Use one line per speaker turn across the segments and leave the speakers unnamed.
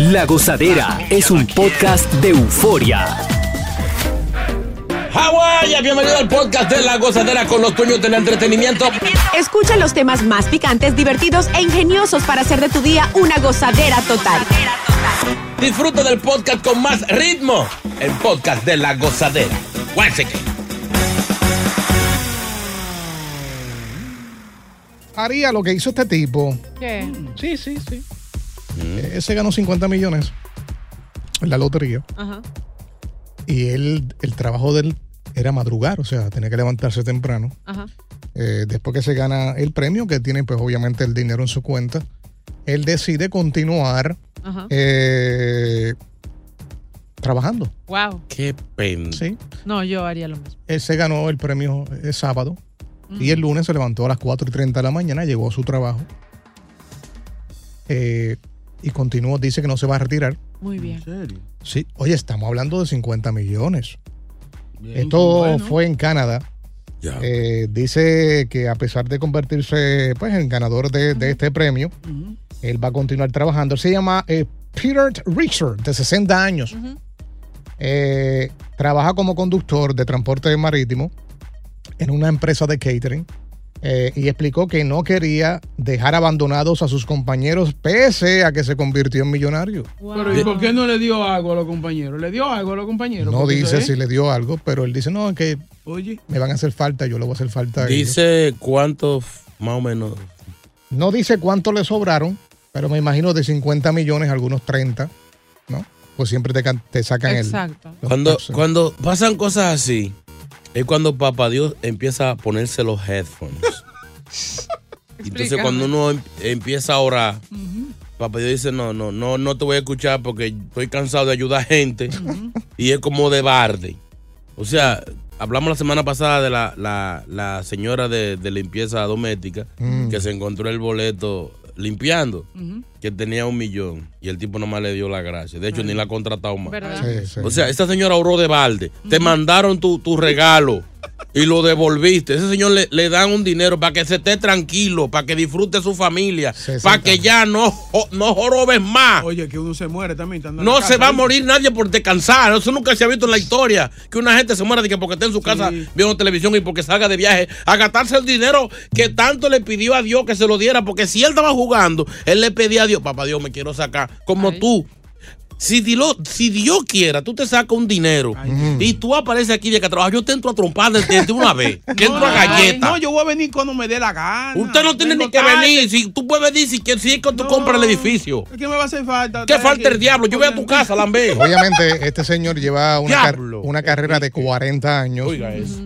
La Gozadera es un podcast de euforia.
Hawái, bienvenido al podcast de La Gozadera con los dueños del entretenimiento.
Escucha los temas más picantes, divertidos e ingeniosos para hacer de tu día una gozadera total.
Disfruta del podcast con más ritmo. El podcast de La Gozadera. Guáseque.
haría lo que hizo este tipo. E-,
Sí, sí, sí.
Ese ganó 50 millones en la lotería.
Ajá.
Y él, el trabajo de él era madrugar, o sea, tenía que levantarse temprano.
Ajá.
Eh, después que se gana el premio, que tiene pues obviamente el dinero en su cuenta, él decide continuar
Ajá.
eh, trabajando.
Wow.
Qué pena.
Sí.
No, yo haría lo mismo.
Él se ganó el premio el sábado y el lunes se levantó a las 4 y 30 de la mañana, llegó a su trabajo eh, y continuó, dice que no se va a retirar.
Muy bien.
serio?
Sí, oye, estamos hablando de 50 millones. Esto fue en Canadá.
Ya.
Eh, dice que a pesar de convertirse pues, en ganador de, de este premio, él va a continuar trabajando. Él se llama eh, Peter Richard, de 60 años. Eh, trabaja como conductor de transporte marítimo en una empresa de catering eh, y explicó que no quería dejar abandonados a sus compañeros pese a que se convirtió en millonario.
Pero ¿y por qué no le dio algo a los compañeros? ¿Le dio algo a los compañeros?
No
Porque
dice
eso
si
es-
le dio algo, pero él dice, no, que
Oye,
me van a hacer falta, yo le voy a hacer falta. a ellos.
Dice cuánto más o menos.
No dice cuánto le sobraron, pero me imagino de 50 millones, algunos 30, ¿no? Pues siempre te, can- te sacan el...
Exacto.
los
Cuando,
taxes.
cuando pasan cosas así, es cuando papá Dios empieza a ponerse los headphones. Entonces
Explícame.
cuando uno em- empieza a orar, papá Dios dice, no, no, no, no te voy a escuchar porque estoy cansado de ayudar a gente. Y es como de barde. O sea, hablamos la semana pasada de la, la- la señora de, de limpieza doméstica
Mm.
que se encontró el boleto limpiando, que tenía un millón y el tipo nomás le dio la gracia. De hecho, ni la ha contratado más.
¿Verdad?
Sí, sí.
O sea, esta señora oró de balde. Te mandaron tu, tu regalo y lo devolviste. Ese señor le, le dan un dinero para que se esté tranquilo, para que disfrute su familia, para
60.
que ya no, jo- no jorobes más.
oye, que uno se muere también. estando en
No
la
se
casa,
va a
¿eh?
morir nadie por descansar. Eso nunca se ha visto en la historia. Que una gente se muera de que porque esté en su casa viendo televisión y porque salga de viaje a gastarse el dinero que tanto le pidió a Dios que se lo diera. Porque si él estaba jugando, él le pedía a Dios, papá Dios, me quiero sacar. Como
Ay.
tú. Si, dilo- si Dios quiera, tú te sacas un dinero y tú apareces aquí de que trabajas. Yo te entro a trompar desde de una vez. Te entro a
no,
galleta.
No, yo voy a venir cuando me dé la gana.
Usted no tiene
Vengo
ni que
tarde.
venir. Si tú puedes venir, si, quieres, si es que tú
No.
compras el edificio.
¿Qué me va a hacer falta?
¿Qué
Estar
falta
aquí.
el diablo? Yo voy a tu
Oye,
casa, Lambé.
Obviamente, este señor lleva una, car-
Diablo.
una carrera de 40 años
Oiga eso.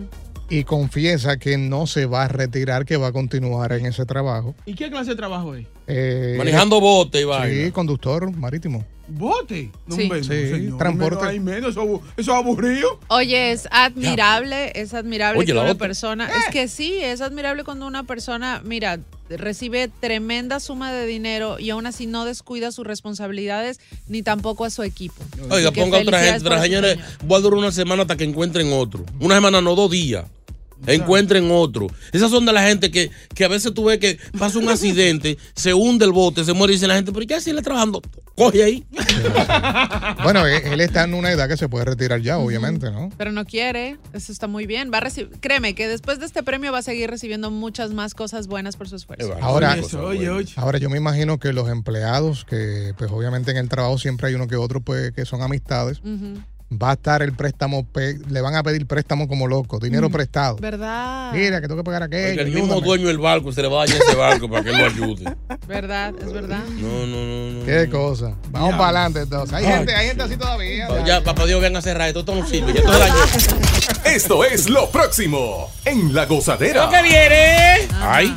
y confiesa que no se va a retirar, que va a continuar en ese trabajo.
¿Y qué clase de trabajo es?
Eh,
Manejando bote y
Sí,
vaina.
conductor marítimo.
¿Bote? No,
Sí.
hombre, no,
Sí,
señor.
transporte.
Menos, hay menos, eso, abu- eso es aburrido.
Oye, es admirable, es admirable
Oye,
que
la
una
otra.
persona, es que sí, es admirable cuando una persona, mira, recibe tremenda suma de dinero y aún así no descuida sus responsabilidades ni tampoco a su equipo.
Oiga,
Así que
ponga otra
felicidades
gente.
por ese
Señores,
sueño.
voy a durar una semana hasta que encuentren otro. Una semana, no dos días. Encuentren otro. Esas son de la gente que, que a veces tú ves que pasa un accidente, se hunde el bote, se muere y dice la gente, pero ¿y ¿qué hacen trabajando? Coge ahí.
Bueno, él él está en una edad que se puede retirar ya, obviamente, ¿no?
Pero no quiere, eso está muy bien. Va a recibir, créeme que después de este premio va a seguir recibiendo muchas más cosas buenas por su esfuerzo.
Ahora-
Eso, oye, oye.
Ahora, yo me imagino que los empleados, que pues obviamente en el trabajo siempre hay uno que otro pues, que son amistades,
Ujú.
va a estar el préstamo, pe- le van a pedir préstamo como loco, dinero prestado.
¿Verdad?
Mira, que tengo que pagar aquello.
Oiga, el mismo
ayúdame.
dueño del barco se le va a dañar ese barco para que él lo ayude.
¿Verdad? Es verdad.
No, no, no. no.
Qué cosa. Vamos para adelante entonces. Hay
Ay.
gente, hay gente así todavía.
Ya, papá Dios, vengan a cerrar esto. Esto no sirve. Ya esto se dañó.
Esto es lo próximo en La Gozadera.
¿Qué viene? Ay.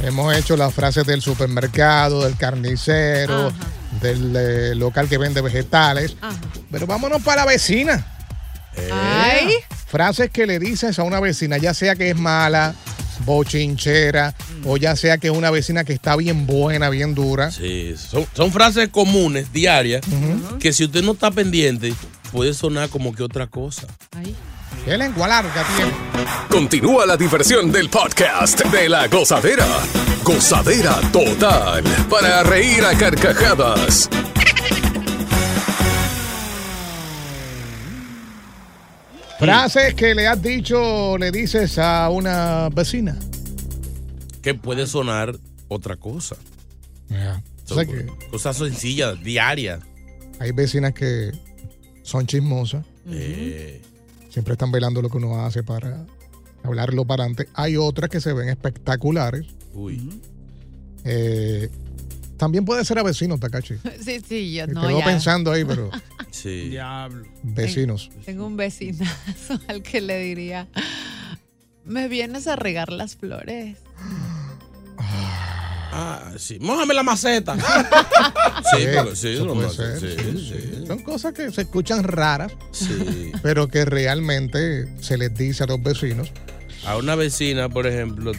Hemos hecho las frases del supermercado, del carnicero,
Ajá.
del eh, local que vende vegetales.
Ajá.
Pero vámonos para la vecina.
Ay,
Frases que le dices a una vecina, ya sea que es mala, bochinchera, o ya sea que es una vecina que está bien buena, bien dura.
Sí, son, son frases comunes, diarias, que si usted no está pendiente, puede sonar como que otra cosa.
ay.
Qué lengua larga tiene.
Continúa la diversión del podcast de La Gozadera. Gozadera total para reír a carcajadas.
Frases que le has dicho, le dices a una vecina.
que puede sonar otra cosa.
O
So,
sea que
Cosas sencillas, diarias.
hay vecinas que son chismosas,
Eh,
siempre están velando lo que uno hace para hablarlo para adelante. Hay otras que se ven espectaculares.
uy.
Eh, también puede ser a vecinos, Takachi.
Sí, sí, yo
Me
no.
quedo
ya.
pensando ahí, pero
Sí.
Diablo.
vecinos.
Tengo un vecinazo al que le diría, me vienes a regar las flores.
Ah, sí. Mójame la maceta. sí, pero- sí,
eso
lo
puede
más-
ser,
sí, sí,
Son cosas que se escuchan raras,
sí.
pero que realmente se les dice a los vecinos.
A una vecina, por ejemplo,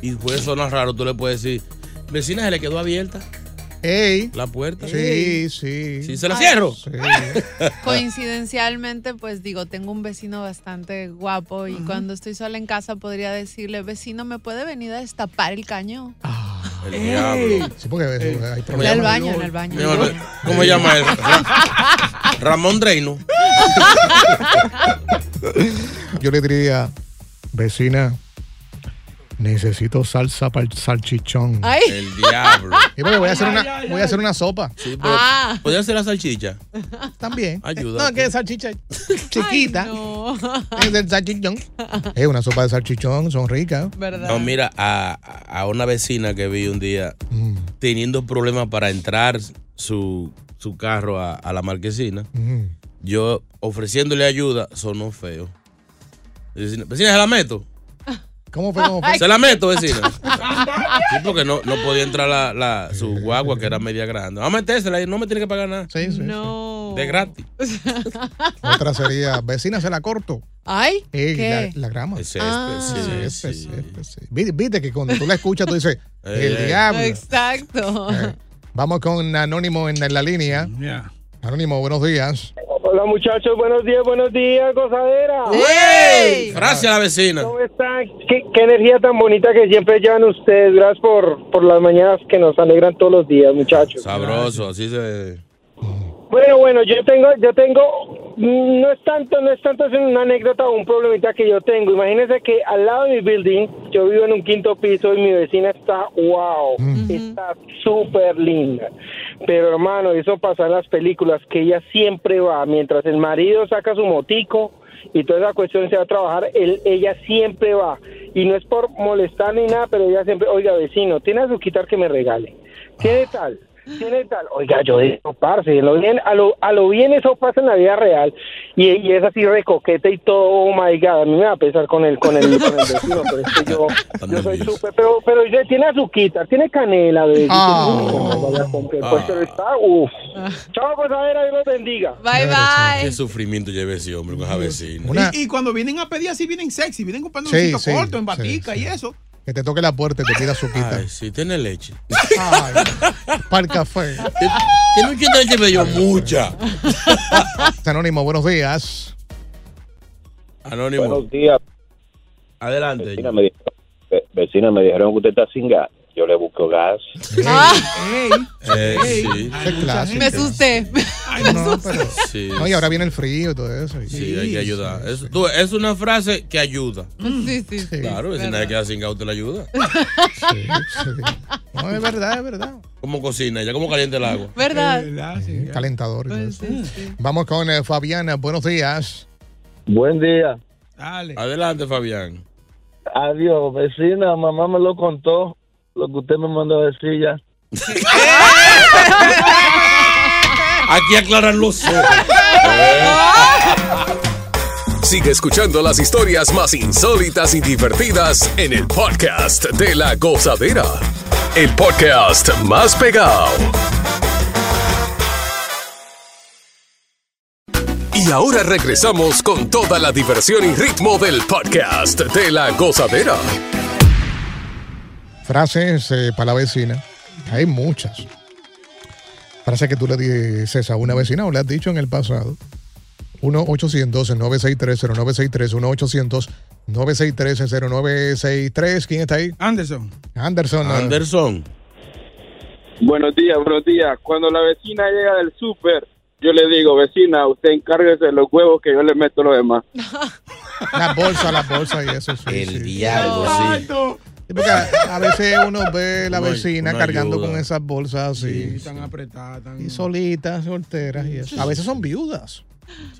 y puede sonar raro, tú le puedes decir, vecina, se le quedó abierta
¡Ey!
la puerta.
Sí, sí.
Sí, se la cierro.
Sí.
Coincidencialmente, pues digo, tengo un vecino bastante guapo y cuando estoy sola en casa podría decirle, vecino, ¿me puede venir a destapar el caño?
El diablo.
Sí, porque a veces hay
En
problemas.
el baño, en el baño.
Ah, Mi amor, ¿Cómo se llama él? Ra- Ramón Dreino.
Yo le diría, vecina, necesito salsa para el salchichón.
Ay,
El diablo.
Y bueno, voy a hacer
Ay,
una,
ay, ay,
voy a hacer una sopa
Sí, pero
ah,
¿Podría ser la salchicha?
también.
Ayuda.
No, que es salchicha chiquita.
no,
Es del salchichón. Es una sopa de salchichón, son ricas.
¿verdad?
No, mira, a, a una vecina que vi un día
Mm,
teniendo problemas para entrar su, su carro a, a la marquesina,
mm.
yo ofreciéndole ayuda, sonó feo. Vecina, vecina, se la meto.
¿Cómo fue? ¿Cómo fue?
Se la meto, vecina. Sí, porque no, no podía entrar la, la- su guagua, que era media grande. Vamos a metérsela y no me tiene que pagar nada.
Sí, sí, sí.
No.
De gratis.
Otra sería, vecina, se la corto.
Ay,
Ey,
¿qué?
La, la grama.
Es este,
Ah.
sí, pues
Este,
sí.
este, sí. Viste, viste que cuando tú la escuchas, tú dices,
Ey,
el
ey.
diablo.
Exacto.
Eh, Vamos con Anónimo en la línea.
Ya.
Anónimo, buenos días.
Hola muchachos, buenos días, buenos días, gozadera.
¡Ey!
Gracias a la vecina.
¿Cómo están? ¿Qué, qué energía tan bonita que siempre llevan ustedes. Gracias por, por las mañanas que nos alegran todos los días, muchachos.
Sabroso, así se.
Bueno, bueno, yo tengo, yo tengo, mm, no es tanto, no es tanto es una anécdota o un problemita que yo tengo. Imagínense que al lado de mi building, yo vivo en un quinto piso y mi vecina está, wow, está súper linda. Pero hermano, eso pasa en las películas, que ella siempre va, mientras el marido saca su motico y toda esa cuestión se va a trabajar, él, ella siempre va. Y no es por molestar ni nada, pero ella siempre, oiga vecino, tiene azuquitar que me regale. Tiene tal. Tiene tal, oiga, yo digo, parce, lo bien, a, lo, a lo bien eso pasa en la vida real y, y es así recoquete y todo, oh my god, a mí me va a pesar con el, con el, con el vecino, pero es que yo,
Tan
yo soy
nervioso.
súper, pero, pero ya tiene azuquita, tiene canela, bebé,
Ah.
tiene mucho, vaya, con que, pues, pero está, uff. Chao, pues, cosadera, Dios los bendiga.
Bye,
Qué
bye.
sufrimiento lleva ese hombre con esa vecina.
Una-
Y, y cuando vienen a pedir así, vienen sexy, vienen comprando
Sí,
un sitio
sí,
corto, en
sí,
batica
sí.
y eso.
Que te toque la puerta y te pida su quita.
Ay, sí, tiene leche.
Para el café.
Tiene un chiste de leche, pero yo mucha.
Anónimo, buenos días.
Anónimo,
días,
adelante.
me dijeron, vecina, me dijeron que usted está sin gas, yo le busco gas.
Ah,
Ey,
Eh,
ey.
sí,
Ay,
Qué
mucha
clase.
gente.
me asusté.
No, pero-
sí.
no, y ahora viene el frío y todo eso. Y-
Sí, hay que ayudar. Es, tú, es una frase que ayuda.
Sí, sí, sí.
Sí,
Claro, si nadie queda sin gas, te la ayuda.
sí, sí. No, es verdad, es verdad.
¿Cómo cocina ella? ¿Cómo calienta el agua?
¿Verdad?
¿Verdad? Sí,
Sí,
Eh, ya. Mm.
Calentador. y todo
Pues
eso.
sí, sí.
Vamos con eh, Fabiana, buenos días.
Buen día.
Dale.
Adelante, Fabián.
Adiós, vecina, mamá me lo contó, lo que usted me mandó a decir ya.
Aquí aclaran los ojos.
Sigue escuchando las historias más insólitas y divertidas en el podcast de la gozadera. El podcast más pegado. Y ahora regresamos con toda la diversión y ritmo del podcast de la gozadera.
Frases eh, para la vecina. Hay muchas. Frases que tú le dices a una vecina o le has dicho en el pasado. 1-800-963-0963, 1-800-963-0963. ¿Quién está ahí?
Anderson.
Anderson.
Ah.
¿no?
Anderson.
Buenos días, buenos días. Cuando la vecina llega del súper
yo le digo, vecina, usted encárguese de los huevos que yo le meto los demás.
Las bolsas, las bolsas y eso. Sí, El
diablo,
Ah,
sí.
Sí, porque a, a veces uno ve la
Una-
vecina
una
cargando
ayuda.
con esas bolsas así.
Están apretadas. Tan...
Y solitas, solteras y eso. A veces son viudas.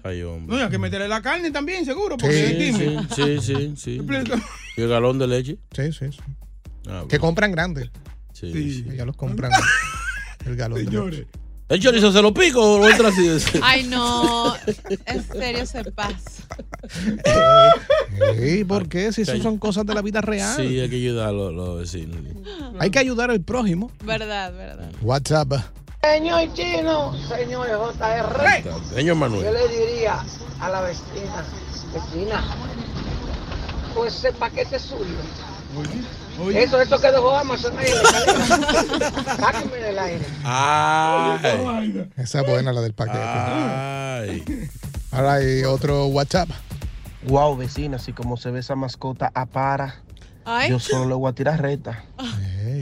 Ay, hombre.
No, y hay que meterle la carne también, seguro, porque
Sí,
es
Sí,
tímido.
sí, sí, sí. ¿Y el galón de leche?
Sí, sí, sí.
Ah, bueno.
Que compran grandes.
Sí,
Ellas los compran. El galón. Señores.
¿El chorizo se lo pico o lo entra así? Sí.
Ay, no. En serio se pasa.
¿Por qué? Si eso son cosas de la vida real.
Sí, hay que ayudar a los, los vecinos.
Hay que ayudar al prójimo.
Verdad, verdad.
WhatsApp.
Señor Chino, señor JR,
Señor
yo
Manuel.
le diría a la vecina, vecina, pues ese paquete es suyo. Eso, eso que dejó Amazon ahí en la escalera. Sáquenme del aire.
Ay.
Esa es buena, la del paquete.
Ah. Ay.
Ahora hay otro WhatsApp.
Wow, vecina, así como se ve esa mascota apara,
Ay.
yo solo le voy a tirar reta.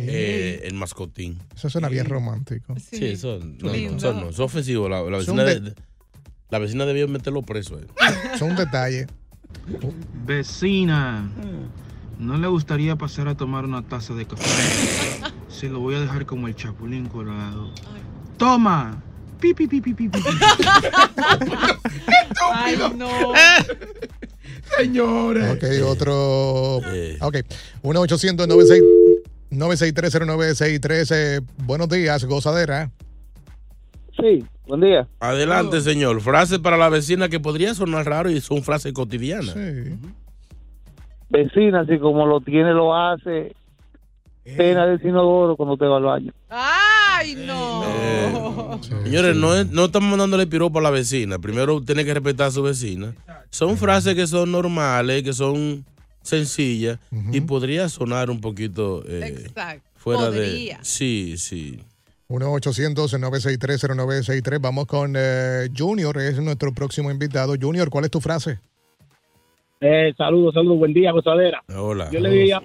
Eh, el mascotín.
Eso suena bien romántico.
Sí, eso, no, no,
Lindo.
eso no, eso es ofensivo. La, la
Es un
vecina,
de-
de- la vecina debió meterlo preso. eh.
Son detalles.
Vecina,
Mm.
¿no le gustaría pasar a tomar una taza de café? Se lo voy a dejar como el chapulín colorado. ¡Toma! Pi, pi, pi, pi, pi, pi, pi.
Ay, no.
Señores.
Ok, otro. Ok. 1 800 963 eh, Buenos días, gozadera.
Sí,
buen día.
Adelante, señor. Frase para la vecina que podría sonar raro y son frases cotidianas.
Vecina, así como lo tiene, lo hace. Pena del sinodoro cuando te va al baño.
Ay, no.
Eh, Señores, no, es- no estamos mandándole piropo a la vecina. Primero tiene que respetar a su vecina. Son frases que son normales, que son sencillas y podría sonar un poquito eh,
Exacto.
fuera
Podría.
de... Sí, sí.
1 800 963 Vamos con eh, Junior, es nuestro próximo invitado. Junior, ¿cuál es tu frase?
Eh, saludos, saludos, buen día, gozadera.
Hola.
Yo le diría,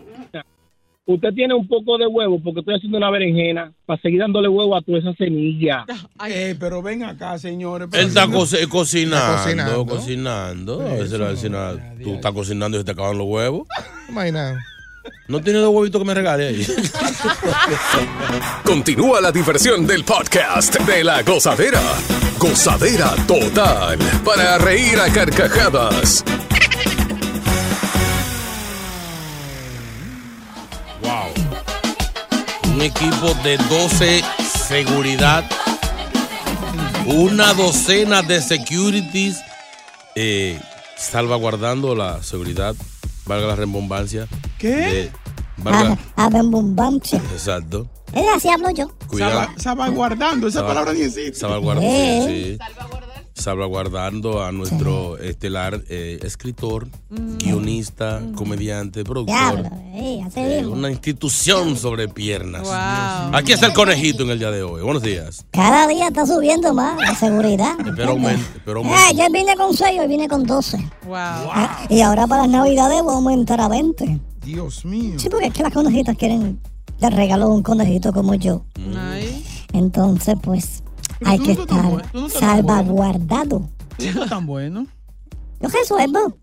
usted tiene un poco de huevo porque estoy haciendo una berenjena para seguir dándole huevo a toda esa semilla.
Eh, pero ven acá, señores. pero
Él está
si no-
co- cocinando,
cocinando.
cocinando, A veces la vecina, tú estás cocinando y se te acaban los huevos.
Imagina.
No tiene dos huevitos que me regale ahí.
Continúa la diversión del podcast de la gozadera. Gozadera total. Para reír a carcajadas.
wow. Un equipo de 12 seguridad, una docena de securities eh, salvaguardando la seguridad, valga la rembombancia.
¿Qué?
de- valga-
A Bambumbanche.
exacto.
Eh, así hablo yo.
Cuidado.
Salvaguardando, esa
Salva-
palabra ni existe.
Salvaguardando,
Eh.
sí. Salvaguardando a nuestro estelar eh, escritor, guionista, comediante, productor.
Diablo, eh, así
Eh,
mismo.
una institución sobre piernas.
Wow.
Aquí está el conejito en el día de hoy. Buenos días.
Cada día está subiendo más la seguridad.
Espero aumente, espero
Eh,
aumente.
yo vine con 6, hoy vine con 12.
Wow.
Ah, y ahora para las navidades voy a aumentar a 20.
Dios mío.
Sí, porque es que las conejitas quieren el regalo de un conejito como yo. Entonces, pues,
Pero
hay
tú
que
no estás
estar
bu- tú no estás
salvaguardado.
¿Tú no estás tan bueno?
Yo resuelvo.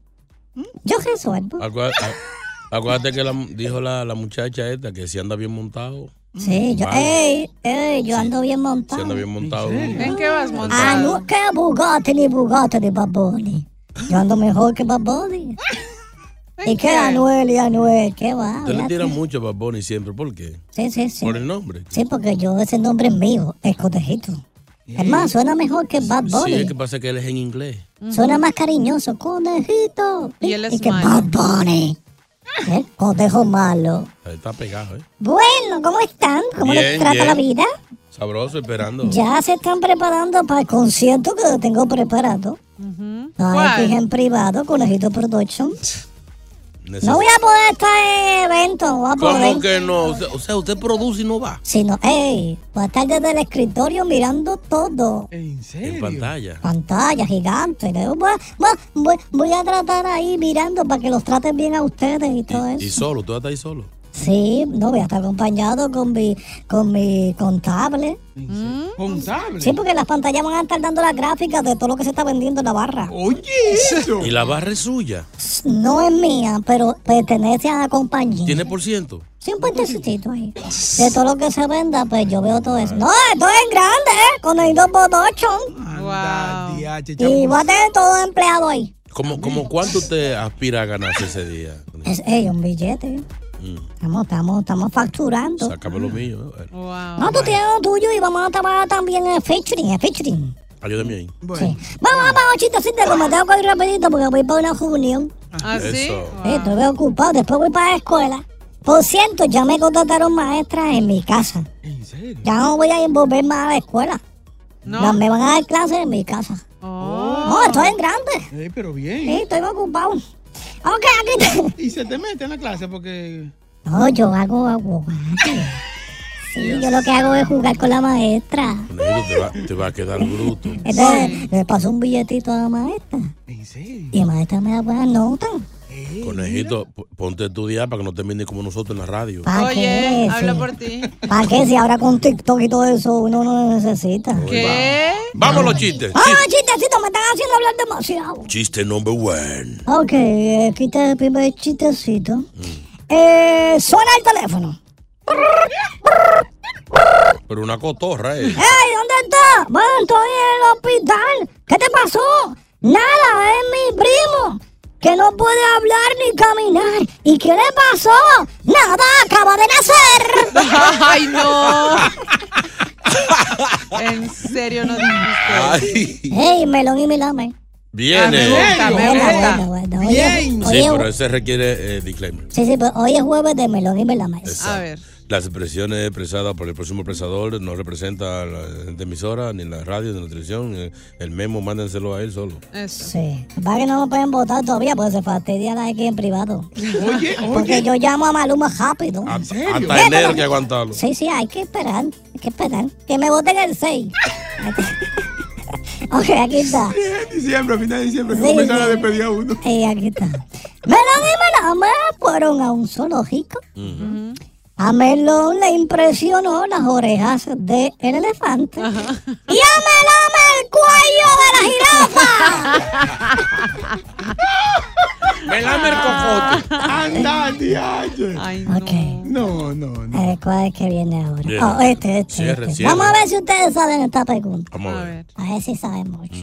Yo resuelvo.
Acuérdate, ah, acuérdate que la, dijo la, la muchacha esta que si anda bien montado.
Sí, yo,
vale.
ey, ey, yo ando bien
Si
montado.
anda bien montado.
¿En qué vas
Ah,
montado?
no, que Bugatti ni Bugatti ni Bad Bunny. Yo ando mejor que Bad Bunny. y que Anuel y Anuel, qué va.
Usted le
olvídate.
tira mucho a Bad Bunny siempre. ¿Por qué?
Ah, Sí, sí, sí.
Por el nombre.
Sí, porque yo, ese nombre es mío, el conejito. Es más, suena mejor que Bad
Sí,
Bunny.
es que pasa que él es en inglés.
Suena más cariñoso, conejito. Y él
es
que Bad Bunny. El conejo malo.
Está pegado, ¿eh?
Bueno, ¿cómo están? ¿Cómo les
Bien,
trata
bien.
la vida?
Sabroso, esperando.
Ya se están preparando para el concierto que tengo preparado. Ay, dije en privado, Conejito Productions.
Neces-
No voy a poder estar en evento, no voy a
¿Cómo
poder.
que no? O sea, o sea, usted produce y no va.
Si no, ey, voy a estar desde el escritorio mirando todo.
En pantalla.
Pantalla gigante. ¿no? Voy, a- voy- voy- voy a tratar ahí mirando para que los traten bien a ustedes y todo eso.
Y solo, tú estás ahí solo.
Sí, no, voy a estar acompañado con mi, con mi contable.
¿Contable?
Sí, porque las pantallas van a estar dando las gráficas de todo lo que se está vendiendo en la barra.
Oye,
Y la barra es suya.
No es mía, pero pertenece a la compañía.
¿Tiene por ciento?
Sí, un puentecito ahí. De todo lo que se venda, pues yo veo todo eso. No, esto es en grande, ¿eh? Con el dos botochón.
ah,
Uh.
Y va a tener todo empleado ahí.
¿Cómo, cómo cuánto usted aspira a ganarse ese día?
Es ey, un billete. Estamos, estamos, estamos facturando.
Sácame lo mío. eh.
No, tú tienes lo tuyo y vamos a trabajar también en featuring, en featuring.
Ayúdame ahí.
Vamos, vamos, chistecito, que me tengo que ir rapidito porque voy para una reunión.
¿Ah, sí? Eso.
Sí, estoy ocupado, después voy para la escuela. Por cierto, ya me contrataron maestras en mi casa. ¿En serio? Ya no voy a envolver más a la escuela. No. Me van a dar clases en mi casa.
Oh.
No, estoy en grande.
Eh, pero
Sí,
bien.
estoy ocupado. Ok, aquí te...
Y se te mete en la clase porque.
No, yo hago aguacate. Sí, yo lo que hago es jugar con la maestra.
Negro, te, va, te va a quedar bruto.
Entonces, le paso un billetito a la maestra. Y la maestra me da buenas notas.
Conejito, po- ponte a estudiar para que no te mires como nosotros en la radio.
¿Para qué?
habla
Sí.
por ti.
¿Para qué? Si ahora con TikTok y todo eso uno no lo necesita.
¿Qué?
Vamos los chistes.
Ah, chistecito, me están haciendo hablar demasiado.
Chiste number one.
Ok, eh, aquí está el primer chistecito. Eh, suena el teléfono.
Pero una cotorra, eh.
¡Ey, ¿dónde estás? Bueno, estoy en el hospital. ¿Qué te pasó? Nada, es mi primo. Que no puede hablar ni caminar. ¿Y qué le pasó? Nada, acaba de nacer.
Ay, no. En serio, no
Ay,
¡Ey, melón y milame!
viene.
gusta, me
Buena,
gusta. buena, buena. Oye,
Sí,
oye,
pero ese requiere eh, disclaimer.
Sí, sí, pero hoy es jueves de melón y melame.
A ver. Las expresiones expresadas por el próximo expresador no representa a la gente emisora, ni la radio, ni la televisión. Eh, El memo, mándenselo a él solo.
Sí. Va que no me pueden votar todavía porque se fastidia la X en privado.
Oye,
Porque yo llamo a Maluma rápido.
Hasta enero que aguantarlo.
Sí, sí, hay que esperar. Hay que esperar. Que me voten el 6. ok, aquí está.
Diciembre, a final de diciembre, que
Sí,
comenzar
sí.
a despedir a uno.
Y aquí está. Melón y Melama fueron a un zoológico. A Melón le impresionó las orejas del elefante. Y a Melama el cuello de la jirafa.
Me lame el cocote.
Anda, diache.
Ay,
no.
Ok.
No, no, no.
Eh, ¿Cuál es que viene ahora?
Bien.
Oh, este, este,
Cierre,
este.
cierre.
Vamos a ver si ustedes saben esta pregunta.
Vamos a ver.
A ver si saben mucho.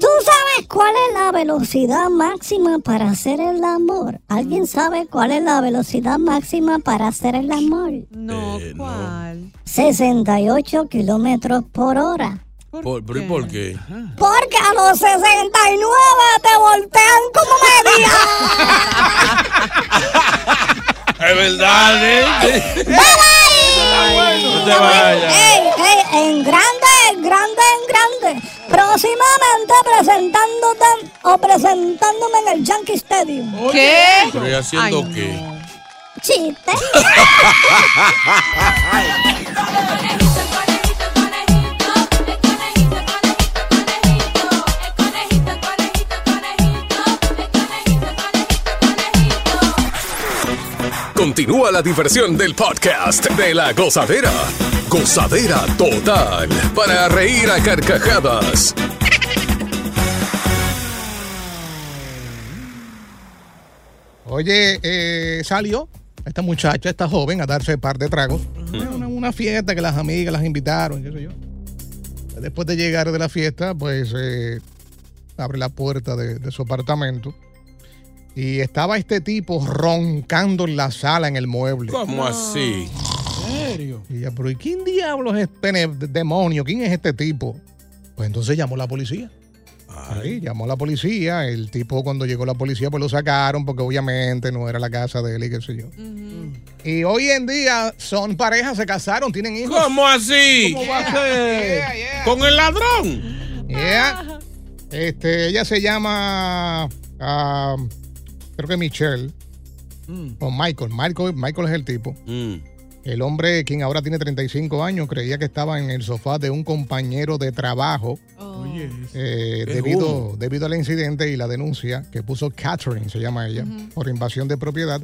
¿Tú sabes cuál es la velocidad máxima para hacer el amor? ¿Alguien sabe cuál es la velocidad máxima para hacer el amor?
No, ¿cuál?
68 kilómetros por hora.
¿Por, pero ¿y por qué?
Porque a los 69 te voltean como media.
Es verdad, ¿eh? No te vayas.
¡Ey, ey! En grande, en grande, en grande. Próximamente presentándote o presentándome en el Yankee Stadium.
¿Pero ¿y haciendo qué?
Chiste.
Continúa la diversión del podcast de la gozadera. Gozadera total. Para reír a carcajadas.
Oye, eh, salió esta muchacha, esta joven, a darse un par de tragos. Una, una fiesta que las amigas las invitaron, qué sé yo. Después de llegar de la fiesta, pues eh, abre la puerta de, de su apartamento. Y estaba este tipo roncando en la sala, en el mueble.
¿Cómo así?
serio? Y ella, pero ¿y quién diablos es este ne- demonio? ¿Quién es este tipo? Pues entonces llamó la policía. Sí, llamó la policía. El tipo, cuando llegó la policía, pues lo sacaron porque obviamente no era la casa de él y qué sé yo. Y hoy en día son parejas, se casaron, tienen hijos.
¿Cómo así?
¿Cómo va a ser?
¿Con el ladrón?
Yeah. Este, ella se llama, ah, creo que Michelle, o Michael. Michael. Michael es el tipo.
Mm.
El hombre, quien ahora tiene 35 años, creía que estaba en el sofá de un compañero de trabajo
Oye.
eh,
Qué
debido,
jugo.
debido al incidente y la denuncia que puso Catherine, se llama ella, por invasión de propiedad.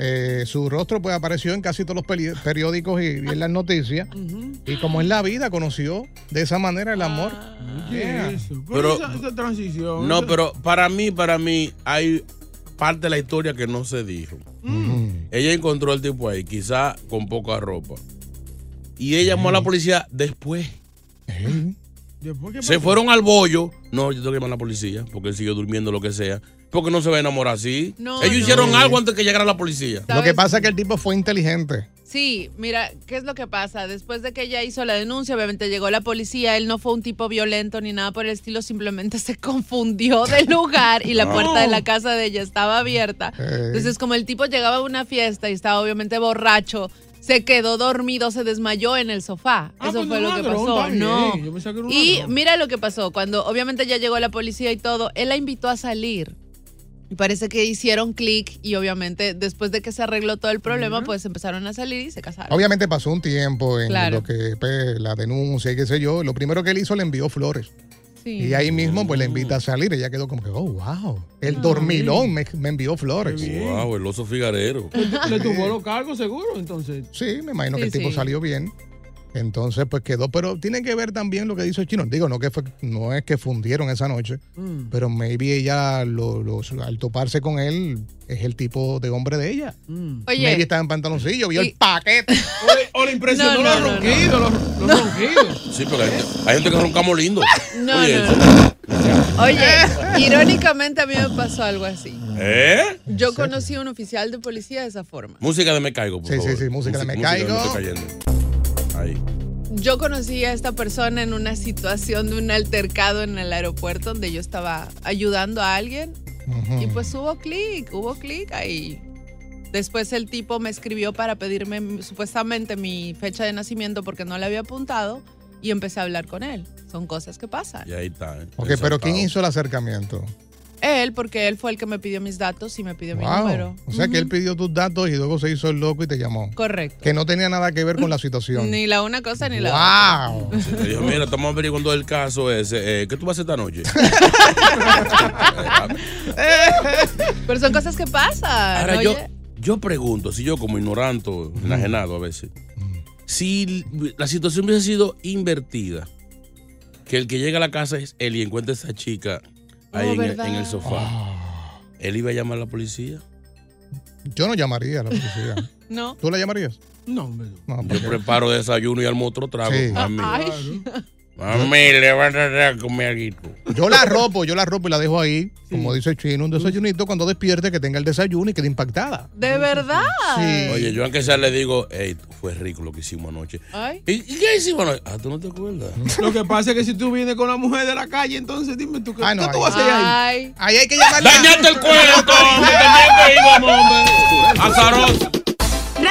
Eh, su rostro pues apareció en casi todos los peli- periódicos y, y en las noticias. Y como es la vida, conoció de esa manera el amor. Yeah.
Pero-
Pero esa, esa transición.
No, pero para mí, para mí, hay parte de la historia que no se dijo. Ella encontró al tipo ahí, quizá con poca ropa. Y ella llamó a la policía después.
Después que
Se fueron al bollo. No, yo tengo que llamar a la policía porque él siguió durmiendo lo que sea. Porque no se va a enamorar así.
No,
Ellos
no.
hicieron algo antes que llegara la policía.
Lo que pasa es que el tipo fue inteligente.
Sí, mira, ¿qué es lo que pasa? Después de que ella hizo la denuncia, obviamente llegó la policía, él no fue un tipo violento ni nada por el estilo, simplemente se confundió del lugar y la
No.
puerta de la casa de ella estaba abierta. Entonces, como el tipo llegaba a una fiesta y estaba obviamente borracho, se quedó dormido, se desmayó en el sofá.
Ah,
Eso
pues
fue lo que pasó. No. Y mira lo que pasó. Cuando obviamente ya llegó la policía y todo, él la invitó a salir. Y parece que hicieron clic y obviamente después de que se arregló todo el problema, pues empezaron a salir y se casaron.
Obviamente pasó un tiempo en
Claro.
lo que pues, la denuncia y qué sé yo. Lo primero que él hizo le envió flores.
Sí.
Y ahí mismo pues le
Mm.
invita a salir. Ella quedó como que, oh, wow.
Ah.
El dormilón me, me envió flores.
Wow, Ah, el oso figarero.
Le tuvo los cargos seguro, entonces.
Sí, me imagino
Sí,
que el tipo
sí.
salió bien. Entonces, pues quedó. Pero tiene que ver también lo que dice el chino. Digo, no, que fue- no es que fundieron esa noche,
Mm.
pero maybe ella, lo- los- al toparse con él, es el tipo de hombre de ella.
Oye.
Maybe estaba en pantaloncillo, vio el paquete.
O le impresionó
No,
los
no, no,
ronquidos, los, los ronquidos.
Sí, porque hay, gente- hay gente que roncamos lindo.
No,
Oye,
no, Oye, irónicamente a mí me pasó algo así.
¿Eh?
Yo conocí a un oficial de policía de esa forma.
Música de Me Caigo, por
Sí, sí,
favor.
sí, música de Me
Música
Caigo.
de Me Estoy Cayendo. Ahí.
Yo conocí a esta persona en una situación de un altercado en el aeropuerto donde yo estaba ayudando a alguien y pues hubo clic, hubo clic ahí. Después el tipo me escribió para pedirme mm, supuestamente mi fecha de nacimiento porque no la había apuntado y empecé a hablar con él. Son cosas que pasan.
Y ahí está. ¿eh?
Ok, pero ¿quién hizo el acercamiento?
Él, porque él fue el que me pidió mis datos y me pidió mi
Wow.
número.
O sea que él pidió tus datos y luego se hizo el loco y te llamó.
Correcto.
Que no tenía nada que ver con la situación.
Ni la una cosa ni la otra.
¡Wow!
Le dijo, mira, estamos averiguando el caso ese. Eh, ¿Qué tú vas a hacer esta noche?
Pero son cosas que pasan.
Ahora
oye.
yo, yo pregunto, si yo como ignorante, o enajenado a veces, si l- la situación hubiese sido invertida, que el que llega a la casa es él y encuentra a esa chica ahí
Oh,
en, el,
¿verdad?
en el sofá, él iba a llamar a la policía.
Yo no llamaría a la policía.
No.
¿Tú la llamarías?
No, hombre.
No,
Yo preparo desayuno y almuerzo otro trago.
Sí.
Mami,
Ay.
mami, levántate a comer algo.
Yo la ropo, yo la ropo y la dejo ahí, como dice el chino, un desayunito cuando despierte que tenga el desayuno y quede impactada.
De verdad.
Oye, yo aunque sea le digo, hey, tú fue rico lo que hicimos anoche.
Ay.
¿Y, y qué hicimos anoche? Ah, tú no te acuerdas.
Lo que pasa es que si tú vienes con la mujer de la calle, entonces dime tú qué,
Ah, no,
¿qué tú
ahí-
vas a hacer ahí.
Ay.
Ahí hay que llamarla.
¡Dañaste el cuento! ¡Me tenía que ir, vamos, hombre! ¡Azaroso!